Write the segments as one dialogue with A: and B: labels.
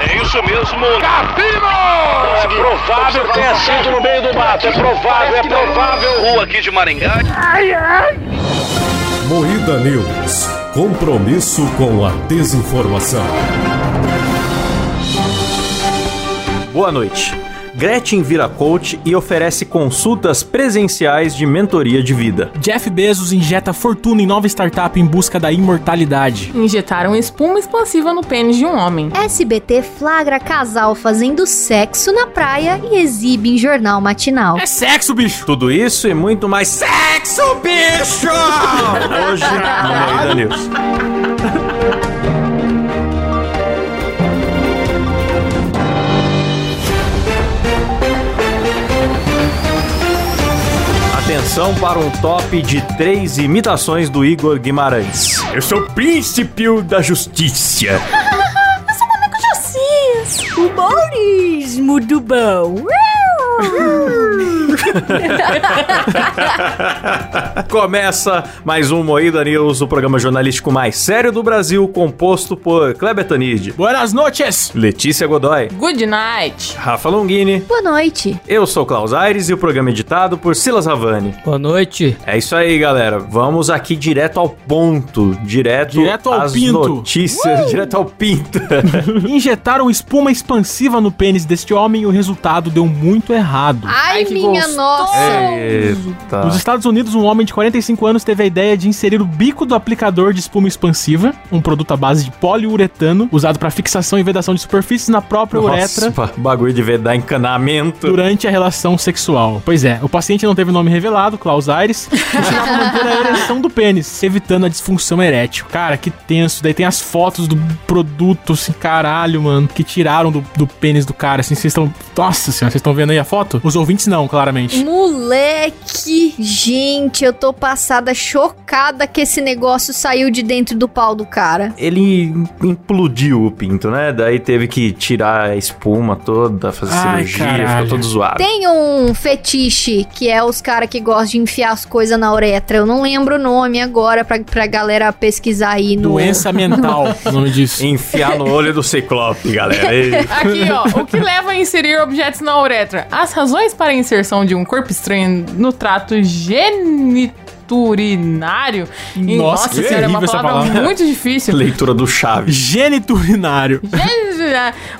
A: É isso mesmo. Capino! É provável que tenha sido no meio do mato. É provável, é provável. Rua aqui de Maringá.
B: Moída News. Compromisso com a desinformação.
C: Boa noite. Gretchen vira coach e oferece consultas presenciais de mentoria de vida.
D: Jeff Bezos injeta fortuna em nova startup em busca da imortalidade.
E: Injetaram espuma expansiva no pênis de um homem.
F: SBT flagra casal fazendo sexo na praia e exibe em jornal matinal.
D: É sexo, bicho!
C: Tudo isso e muito mais sexo, bicho! Hoje no Moída News. Atenção para um top de três imitações do Igor Guimarães. Eu sou o príncipe da justiça.
G: Humorismo do bom.
C: Começa mais um Moída News, o programa jornalístico mais sério do Brasil, composto por Kleber Tanid,
D: Buenas noches!
C: Letícia Godoy,
E: Good night.
C: Rafa Longini.
F: Boa noite.
C: Eu sou Klaus Aires e o programa é editado por Silas Havani.
H: Boa noite.
C: É isso aí, galera. Vamos aqui direto ao ponto, direto,
D: Direto ao
C: às
D: pinto.
C: notícias, direto ao pinto.
D: Injetaram espuma expansiva no pênis deste homem e o resultado deu muito errado.
F: Ai,
E: Ai, que
F: minha
E: gostoso. É.
F: nossa.
C: Eita.
D: Nos Estados Unidos, um homem de 45 anos teve a ideia de inserir o bico do aplicador de espuma expansiva, um produto à base de poliuretano, usado para fixação e vedação de superfícies na própria
C: Nossa,
D: uretra
C: pa- bagulho de vedar encanamento.
D: durante a relação sexual. Pois é, o paciente não teve nome revelado, Klaus Aires, precisava manter a ereção do pênis, evitando a disfunção erétil. Cara, que tenso. Daí tem as fotos do produto, assim, caralho, mano, que tiraram do, do pênis do cara, assim, vocês estão... Nossa senhora, vocês estão vendo aí a foto? Os ouvintes não, claramente.
F: Moleque! Gente, eu tô passada chocada que esse negócio saiu de dentro do pau do cara.
C: Ele implodiu o pinto, né? Daí teve que tirar a espuma toda, fazer
D: Ai,
C: cirurgia,
D: caralho.
C: ficou todo zoado.
F: Tem um fetiche que é os caras que gostam de enfiar as coisas na uretra. Eu não lembro o nome agora pra, pra galera pesquisar aí no.
D: Doença mental, o nome disso.
C: Enfiar no olho do ciclope, galera. Ei.
E: Aqui, ó. O que leva a inserir objetos na uretra? As razões para a inserção de um corpo estranho no trato geniturinário. E,
D: Nossa, que
E: senhora, é uma
D: terrível essa
E: palavra,
D: palavra.
E: muito difícil.
C: Leitura do Chaves.
D: Geniturinário.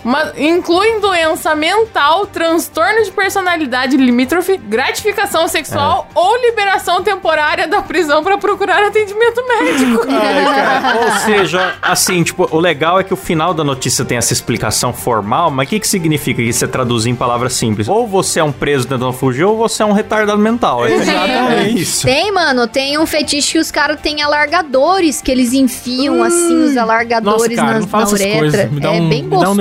E: Mas incluem doença mental, transtorno de personalidade limítrofe, gratificação sexual
D: É.
E: ou liberação temporária da prisão para procurar atendimento médico.
C: Ou seja, assim, tipo, o legal é que o final da notícia tem essa explicação formal, mas o que, que significa que você traduzir em palavras simples? Ou você é um preso tentando fugir, ou você é um retardado mental. É
D: Exatamente.
C: isso.
F: Tem, mano, tem um fetiche que os caras têm alargadores, que eles enfiam assim os
D: Hum. Nossa,
F: alargadores
D: cara,
F: na,
D: não fala
F: na
D: essas
F: uretra.
D: coisas. Me dá,
F: é
D: um,
F: bem
D: me
F: gostoso.
D: dá um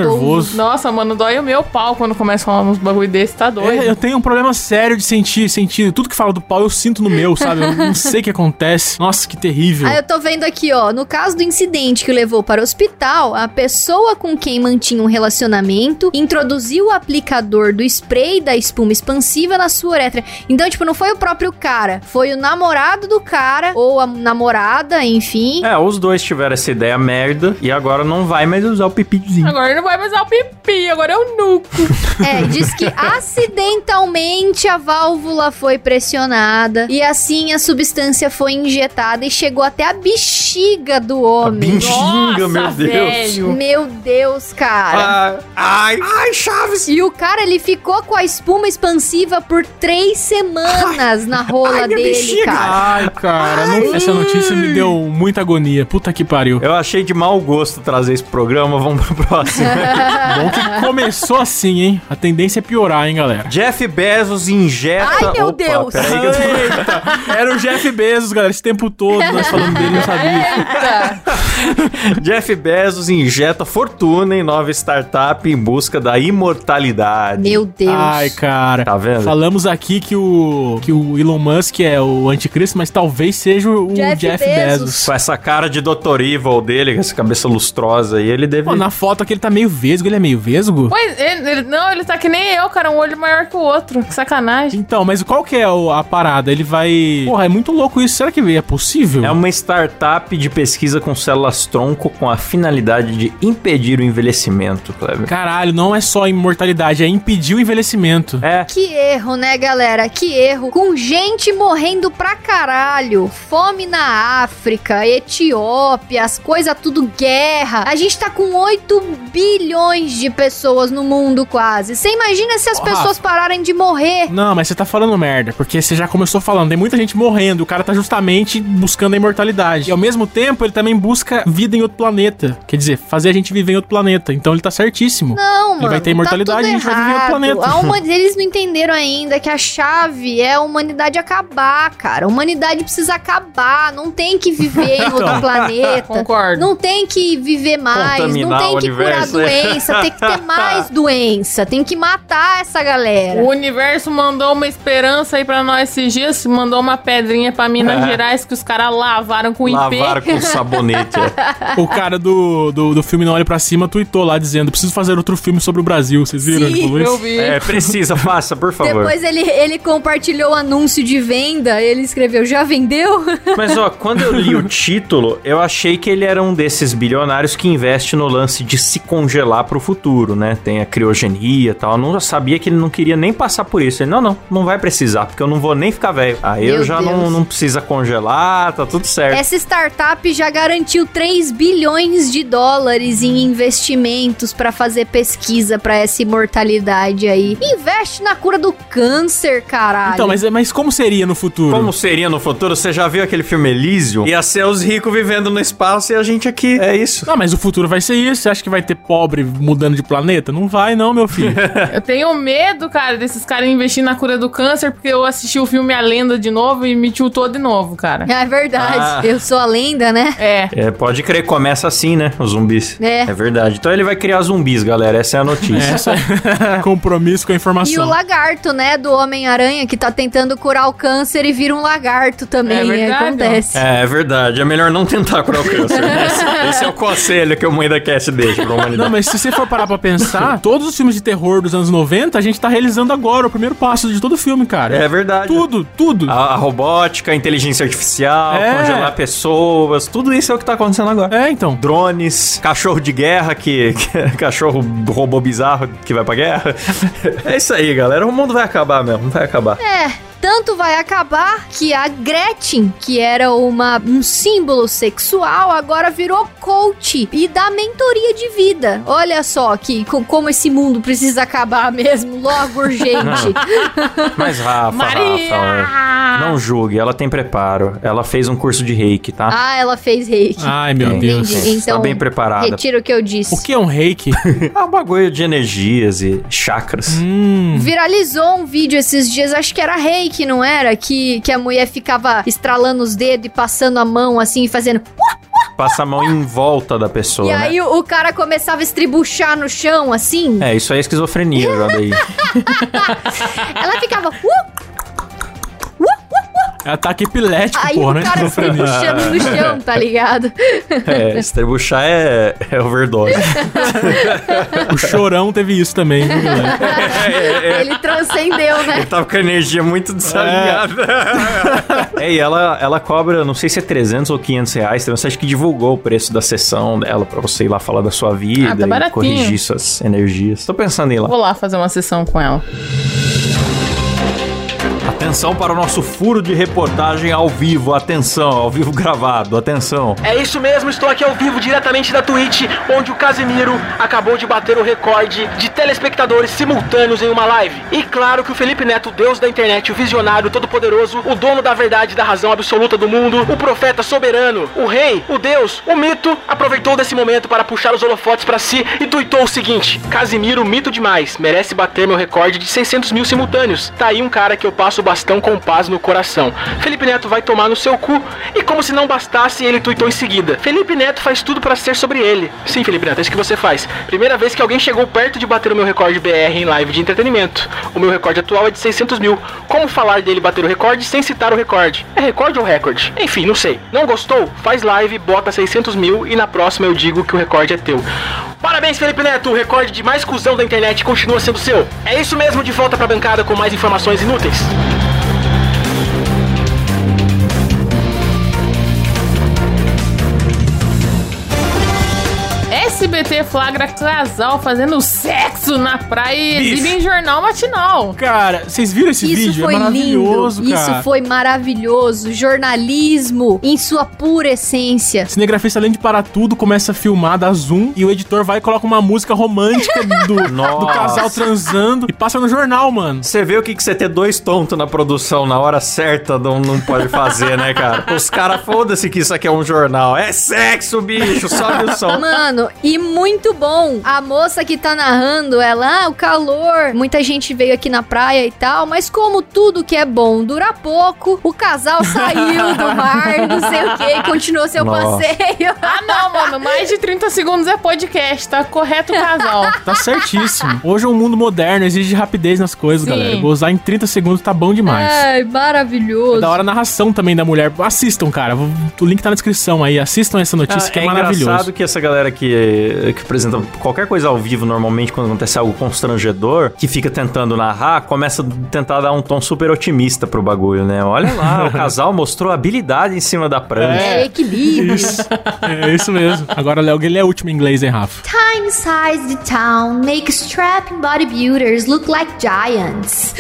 D: nervoso.
E: Nossa, mano, dói o meu pau quando começa a falar uns bagulho desse, tá doido.
D: É, eu tenho um problema sério de sentir, sentir. Tudo que fala do pau, eu sinto no meu, sabe? Eu não sei o que acontece. Nossa, que terrível.
F: Ah, eu tô vendo aqui, ó. No caso do incidente que o levou para o hospital, a pessoa com quem mantinha um relacionamento introduziu o aplicador do spray da espuma expansiva na sua uretra. Então, tipo, não foi o próprio cara, foi o namorado do cara ou a namorada, enfim.
C: É, os dois tiveram essa ideia merda e agora não vai mais usar o pipizinho.
E: Agora não vai mais usar o pipi, agora é o nuco.
F: É, diz que acidentalmente a válvula foi pressionada e assim a substância foi injetada e chegou até a bexiga do homem.
C: bexiga. Xinga,
E: Nossa,
C: meu Deus.
E: velho.
F: Meu Deus, cara.
C: Tá Ah, ai, ai, Chaves!
F: E o cara, ele ficou com a espuma expansiva por três semanas na rola dele, cara.
D: Ai, cara, não- essa notícia me deu muita agonia. Puta que pariu.
C: Eu achei de mau gosto trazer esse programa, vamos pro próximo.
D: Bom que começou assim, hein? A tendência é piorar, hein, galera.
C: Jeff Bezos injeta.
F: Ai, meu Deus.
C: peraí que eu tô-
D: Era o Jeff Bezos, galera, esse tempo todo nós falando dele, não sabia.
E: Eita.
C: Jeff Bezos injeta fortuna em nova startup em busca da imortalidade.
F: Meu Deus.
D: Ai, cara.
C: Tá vendo?
D: Falamos aqui que o, que o Elon Musk é o anticristo, mas talvez seja o
F: Jeff
D: Jeff,
F: Bezos.
D: Bezos.
C: Com essa cara de Dr. Evil dele, com essa cabeça lustrosa aí, ele deve.
D: Pô, na foto aquele tá meio vesgo, ele é meio vesgo?
E: Pois, ele, ele- não, ele tá que nem eu, cara. Um olho maior que o outro. Que sacanagem.
D: Então, mas qual que é o- a parada? Ele vai. Porra, é muito louco isso. Será que é possível?
C: É uma startup de pesquisa com células tronco com a finalidade de impedir o envelhecimento, Kleber.
D: Caralho, não é só imortalidade, é impedir o envelhecimento.
C: É.
F: Que erro, né, galera? Que erro. Com gente morrendo pra caralho. Fome na África, Etiópia, as coisas tudo guerra. A gente tá com 8 bilhões de pessoas no mundo quase. Você imagina se as
D: Porra.
F: pessoas pararem de morrer?
D: Não, mas você tá falando merda, porque você já começou falando, tem muita gente morrendo, o cara tá justamente buscando a imortalidade. E ao mesmo tempo, ele também busca vida em outro planeta. Quer dizer, fazer a gente viver em outro planeta. Então ele tá certíssimo.
F: Não, mano.
D: Ele vai ter
F: tá
D: imortalidade,
F: tudo
D: a gente vai viver
F: errado.
D: outro planeta.
F: A huma- Eles não entenderam ainda que a chave é a humanidade acabar, cara. A humanidade precisa acabar. Não tem que viver
D: Então.
F: em outro planeta.
E: Concordo.
F: Não tem que viver mais.
C: Contaminar
F: não tem
C: o
F: que
C: universo,
F: curar
C: é.
F: doença. Tem que ter mais doença. Tem que matar essa galera.
E: O universo mandou uma esperança aí pra nós esses dias, mandou uma pedrinha pra Minas
C: É.
E: Gerais que os caras lavaram com
C: Lavaram
E: IP.
C: com sabonete. é.
D: O cara do, do, do filme Não Olha Pra Cima tweetou lá dizendo: preciso fazer outro filme sobre o Brasil. Vocês viram? ele falou
E: Eu
D: isso?
E: vi.
C: É, precisa, faça, por favor.
F: Depois ele, ele compartilhou o anúncio de venda. Ele escreveu: Já vendeu?
C: Mas ó, quando eu li o título, eu achei que ele era um desses bilionários que investe no lance de se congelar pro futuro, né? Tem a criogenia e tal. Eu não sabia que ele não queria nem passar por isso. Ele, não, não, não vai precisar, porque eu não vou nem ficar velho. Aí eu
F: Meu
C: já
F: Deus. É
C: não, não precisa congelar, tá tudo certo.
F: Essa startup já garantiu 3 bilhões de dólares em investimentos pra fazer pesquisa pra essa imortalidade aí. Investe na cura do câncer, caralho.
D: Então, mas, mas como seria no futuro?
C: Como seria no futuro? Você já viu aquele filme Elysium? Ia ser os ricos vivendo no espaço e a gente aqui. É isso.
D: Ah, mas o futuro vai ser isso. Você acha que vai ter pobre mudando de planeta? Não vai, não, meu filho. É,
E: Eu tenho medo, cara, desses caras investindo na cura do câncer, porque eu assisti o filme A Lenda de novo e me tiltou de novo, cara.
F: É verdade.
C: Ah.
F: Eu sou a lenda, né?
E: É.
C: É, pode crer, começa assim, né? Os zumbis.
F: É.
C: É verdade. Então ele vai criar zumbis, galera. Essa é a notícia.
D: Essa é compromisso com a informação.
F: E o lagarto, né, do Homem-Aranha, que tá tentando curar o câncer e vira um lagarto também.
E: É verdade,
F: acontece.
C: É, é verdade. É melhor não tentar curar o câncer. né? Esse, esse é o conselho que o Mãe da Cast deixa pra
D: Não,
C: humanidade.
D: mas se você for parar pra pensar, todos os filmes de terror dos anos 90, a gente tá realizando agora o primeiro passo de todo filme, cara.
C: É verdade. Ah.
D: Tudo, tudo.
C: A, a robótica, a inteligência artificial,
D: É.
C: congelar pessoas, tudo isso é o que tá acontecendo agora.
D: É, então.
C: Drones, cachorro de guerra, que, que- cachorro robô bizarro que vai pra guerra. É isso aí, galera. O mundo vai acabar mesmo, vai acabar.
F: É, tanto vai acabar que a Gretchen, que era uma, um símbolo sexual, agora virou coach e dá mentoria de vida. Olha só que co- como esse mundo precisa acabar mesmo, logo urgente.
C: Mas Rafa,
E: Maria!
C: Rafa, é. não julgue, ela tem preparo. Ela fez um curso de reiki, tá?
F: ah, ela fez reiki.
D: Ai, meu Deus.
F: Entendi. Então,
C: tá bem preparada.
F: Retiro o que eu disse.
D: O que é um reiki?
C: É um bagulho de energias e chakras.
D: hum.
F: Viralizou um vídeo esses dias, acho que era reiki, não era? Que, que a mulher ficava estralando os dedos e passando a mão assim e fazendo.
C: Passa a mão em volta da pessoa.
F: e
C: né?
F: aí o, o cara começava a estribuchar no chão assim.
C: É, isso aí é esquizofrenia já daí.
F: Ela ficava. "Uh,
D: É ataque epilético,
F: Aí
D: porra,
F: o
D: né?
F: cara se puxando no chão, tá ligado?
C: É, estrebuchar é, é overdose.
D: O chorão teve isso também, viu, moleque? É.
F: Ele transcendeu, né?
C: Eu tava com a energia muito desalinhada. É, e ela, ela cobra, não sei se é 300 ou 500 reais. Tem um site que divulgou o preço da sessão dela pra você ir lá falar da sua
E: Ah,
C: vida
E: tá
C: e
E: baratinho.
C: corrigir suas energias. Tô pensando em ir lá.
E: Vou lá fazer uma sessão com ela.
C: Atenção para o nosso furo de reportagem ao vivo. Atenção, ao vivo gravado. Atenção.
A: É isso mesmo, estou aqui ao vivo diretamente da Twitch, onde o Casimiro acabou de bater o recorde de telespectadores simultâneos em uma live. E claro que o Felipe Neto, o deus da internet, o visionário todo-poderoso, o dono da verdade, e da razão absoluta do mundo, o profeta soberano, o rei, o deus, o mito, aproveitou desse momento para puxar os holofotes para si e tuitou o seguinte: Casimiro, mito demais, merece bater meu recorde de 600 mil simultâneos. Tá aí um cara que eu passo o bastão com paz no coração. Felipe Neto vai tomar no seu cu. E como se não bastasse, ele tuitou em seguida. Felipe Neto faz tudo pra ser sobre ele. Sim, Felipe Neto, é isso que você faz. Primeira vez que alguém chegou perto de bater o meu recorde BR em live de entretenimento. O meu recorde atual é de 600 mil. Como falar dele bater o recorde sem citar o recorde? É recorde ou recorde? Enfim, não sei. Não gostou? Faz live, bota 600 mil e na próxima eu digo que o recorde é teu. Parabéns, Felipe Neto. O recorde de mais cuzão da internet continua sendo seu. É isso mesmo, de volta pra bancada com mais informações inúteis.
E: SBT flagra casal fazendo sexo na praia e exibe em jornal matinal.
D: É, Cara, vocês viram esse
F: Isso
D: vídeo?
F: foi
D: é maravilhoso,
F: lindo.
D: cara.
F: Isso foi maravilhoso. Jornalismo em sua pura essência.
D: Cinegrafista, além de parar tudo, começa a filmar, dá zoom, e o editor vai e coloca uma música romântica do, do
C: Nossa.
D: casal transando e passa no jornal, mano.
C: Você vê o que, que você ter dois tontos na produção na hora certa não, não pode fazer, né, cara? Os caras, foda-se que isso aqui é um jornal. É sexo, bicho, sobe o som.
F: Tá, Mano, e muito bom. A moça que tá narrando, ela, ah, o calor. Muita gente veio aqui na praia e tal, mas como tudo que é bom dura pouco, o casal saiu do mar, não sei o que, continuou seu
C: Nossa.
F: passeio.
E: Ah, não, mano. Mais de 30 segundos é podcast, tá? Correto, casal.
D: Tá certíssimo. Hoje é um mundo moderno, exige rapidez nas coisas,
E: Sim.
D: galera. Gozar em 30 segundos tá bom demais. É
F: Ai, maravilhoso.
D: Da hora a narração também da mulher. Assistam, cara. Vou- O link tá na descrição aí. Assistam essa notícia que é, maravilhoso.
C: engraçado que essa galera que, que apresenta qualquer coisa ao vivo, normalmente, quando acontece algo constrangedor, que fica tentando narrar, começa a tentar dar um tom super otimista pro bagulho, né? Olha lá, o casal mostrou habilidade em cima da prancha.
F: É, equilíbrio.
D: Isso. É isso mesmo. Agora, Léo, ele é último em inglês, hein, Rafa?
F: Tá
H: Time size the town, make strapping bodybuilders look like giants.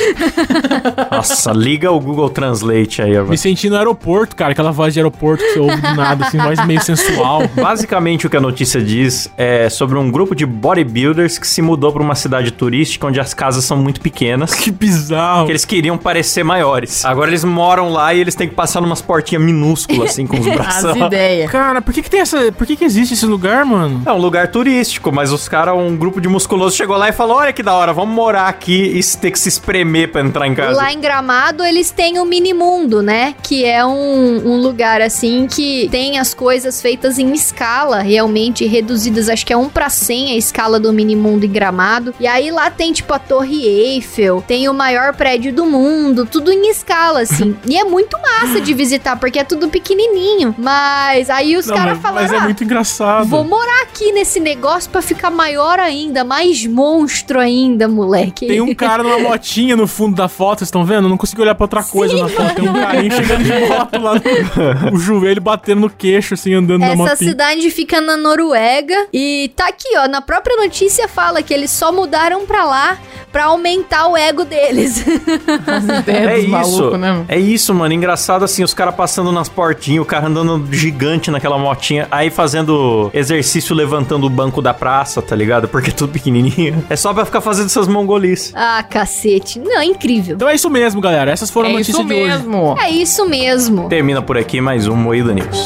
C: Nossa, liga o Google Translate aí agora.
D: Me senti no aeroporto, cara. Aquela voz de aeroporto que você ouve do nada, assim, voz meio sensual.
C: Basicamente, o que a notícia diz é sobre um grupo de bodybuilders que se mudou pra uma cidade turística onde as casas são muito pequenas.
D: Que bizarro.
C: Que eles queriam parecer maiores. Agora eles moram lá e eles têm que passar numas portinhas minúsculas, assim, com os braços.
E: As ideias.
D: Cara, por que, que tem essa. Por que, que existe esse lugar, mano?
C: É um lugar turístico, mas os caras, um grupo de musculoso chegou lá e falou: Olha que da hora, vamos morar aqui e ter que se espremer pra entrar em casa.
F: Lá em Gramado, eles têm o Minimundo, né? Que é um, um lugar, assim, que tem as coisas feitas em escala, realmente reduzidas. Acho que é 1 pra 100 a escala do Minimundo em Gramado. E aí lá tem, tipo, a Torre Eiffel, tem o maior prédio do mundo, tudo em escala, assim. e é muito massa de visitar, porque é tudo pequenininho. Mas aí os
D: Não,
F: caras
D: mas, mas
F: falaram...
D: é
F: "Ah,
D: muito engraçado.
F: Vou morar aqui nesse negócio pra ficar maior ainda, mais monstro ainda, moleque.
D: Tem um cara numa motinha no fundo da foto, vocês estão vendo? Eu não consigo olhar pra outra coisa na foto. Tem um carinho chegando de moto lá, no, o joelho batendo no queixo, assim, andando na
F: Essa
D: motinha.
F: cidade fica na Noruega e tá aqui, ó, na própria notícia fala que eles só mudaram pra lá pra aumentar o ego deles.
E: As ideias
C: É
E: dos
C: isso,
E: malucos, né? mano?
C: é isso, mano. Engraçado assim, os caras passando nas portinhas, o cara andando gigante naquela motinha, aí fazendo exercício levantando o banco da praça, tá ligado? Porque é tudo pequenininho. É só pra ficar fazendo essas mongolices.
F: ah, cacete. Não, é incrível.
D: Então é isso mesmo, galera. Essas foram
E: É
D: as notícias
E: isso
D: de hoje.
E: mesmo.
F: É isso mesmo.
C: Termina por aqui mais um Moída News.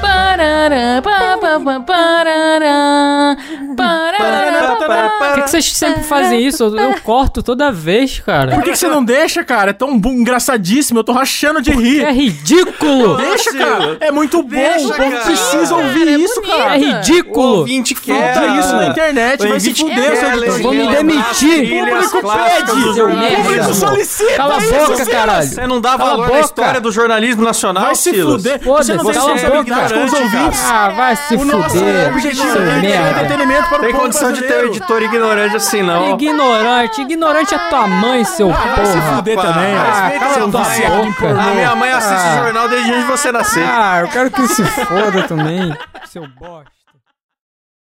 E: Parará, pá, pá, pá, parará, parará, pá, pá.
I: Por que, que vocês sempre fazem isso? Eu, eu corto toda vez, cara.
D: Por que, que você não deixa, cara? É tão bom, engraçadíssimo, eu tô rachando de
I: É
D: rir.
I: ridículo!
D: Deixa, cara. É muito bom,
C: Deixa,
D: o povo
C: cara.
D: precisa ouvir
E: Cara, é
D: isso, cara.
I: É ridículo!
C: ouvinte tá
D: Falta isso na internet, vai se fuder, seu editor.
I: Vou me demitir.
D: O público pede.
I: seu
D: O público
C: um
I: merda.
D: solicita.
I: Cala a
D: isso,
I: boca,
D: você- é
I: caralho!
C: Você não dá
I: Cala a
C: valor na
I: boca.
C: história do jornalismo nacional,
D: Vai se
C: Silas?
D: fuder. Você não tem
I: Foda-se, cala a
D: responsabilidade
I: boca!
D: com os ouvintes.
I: Ah, vai se
D: O nosso
I: fuder!
D: objetivo
I: Seu
D: é criar
I: merda!
D: entretenimento para o
C: Tem
D: povo
C: condição de ter um
D: brasileiro.
C: editor ignorante assim, não.
I: Ignorante! Ignorante é tua mãe, seu
D: Ah, vai se
I: porra!
D: fuder também.
I: Ah,
D: respeita
I: cala
D: seu
I: tua
D: viciado em
I: boca.
D: pornô.
I: Ah,
C: A minha mãe assiste
I: Ah.
C: o jornal desde antes de você nascer.
I: Ah, eu quero que se foda também, seu bosta!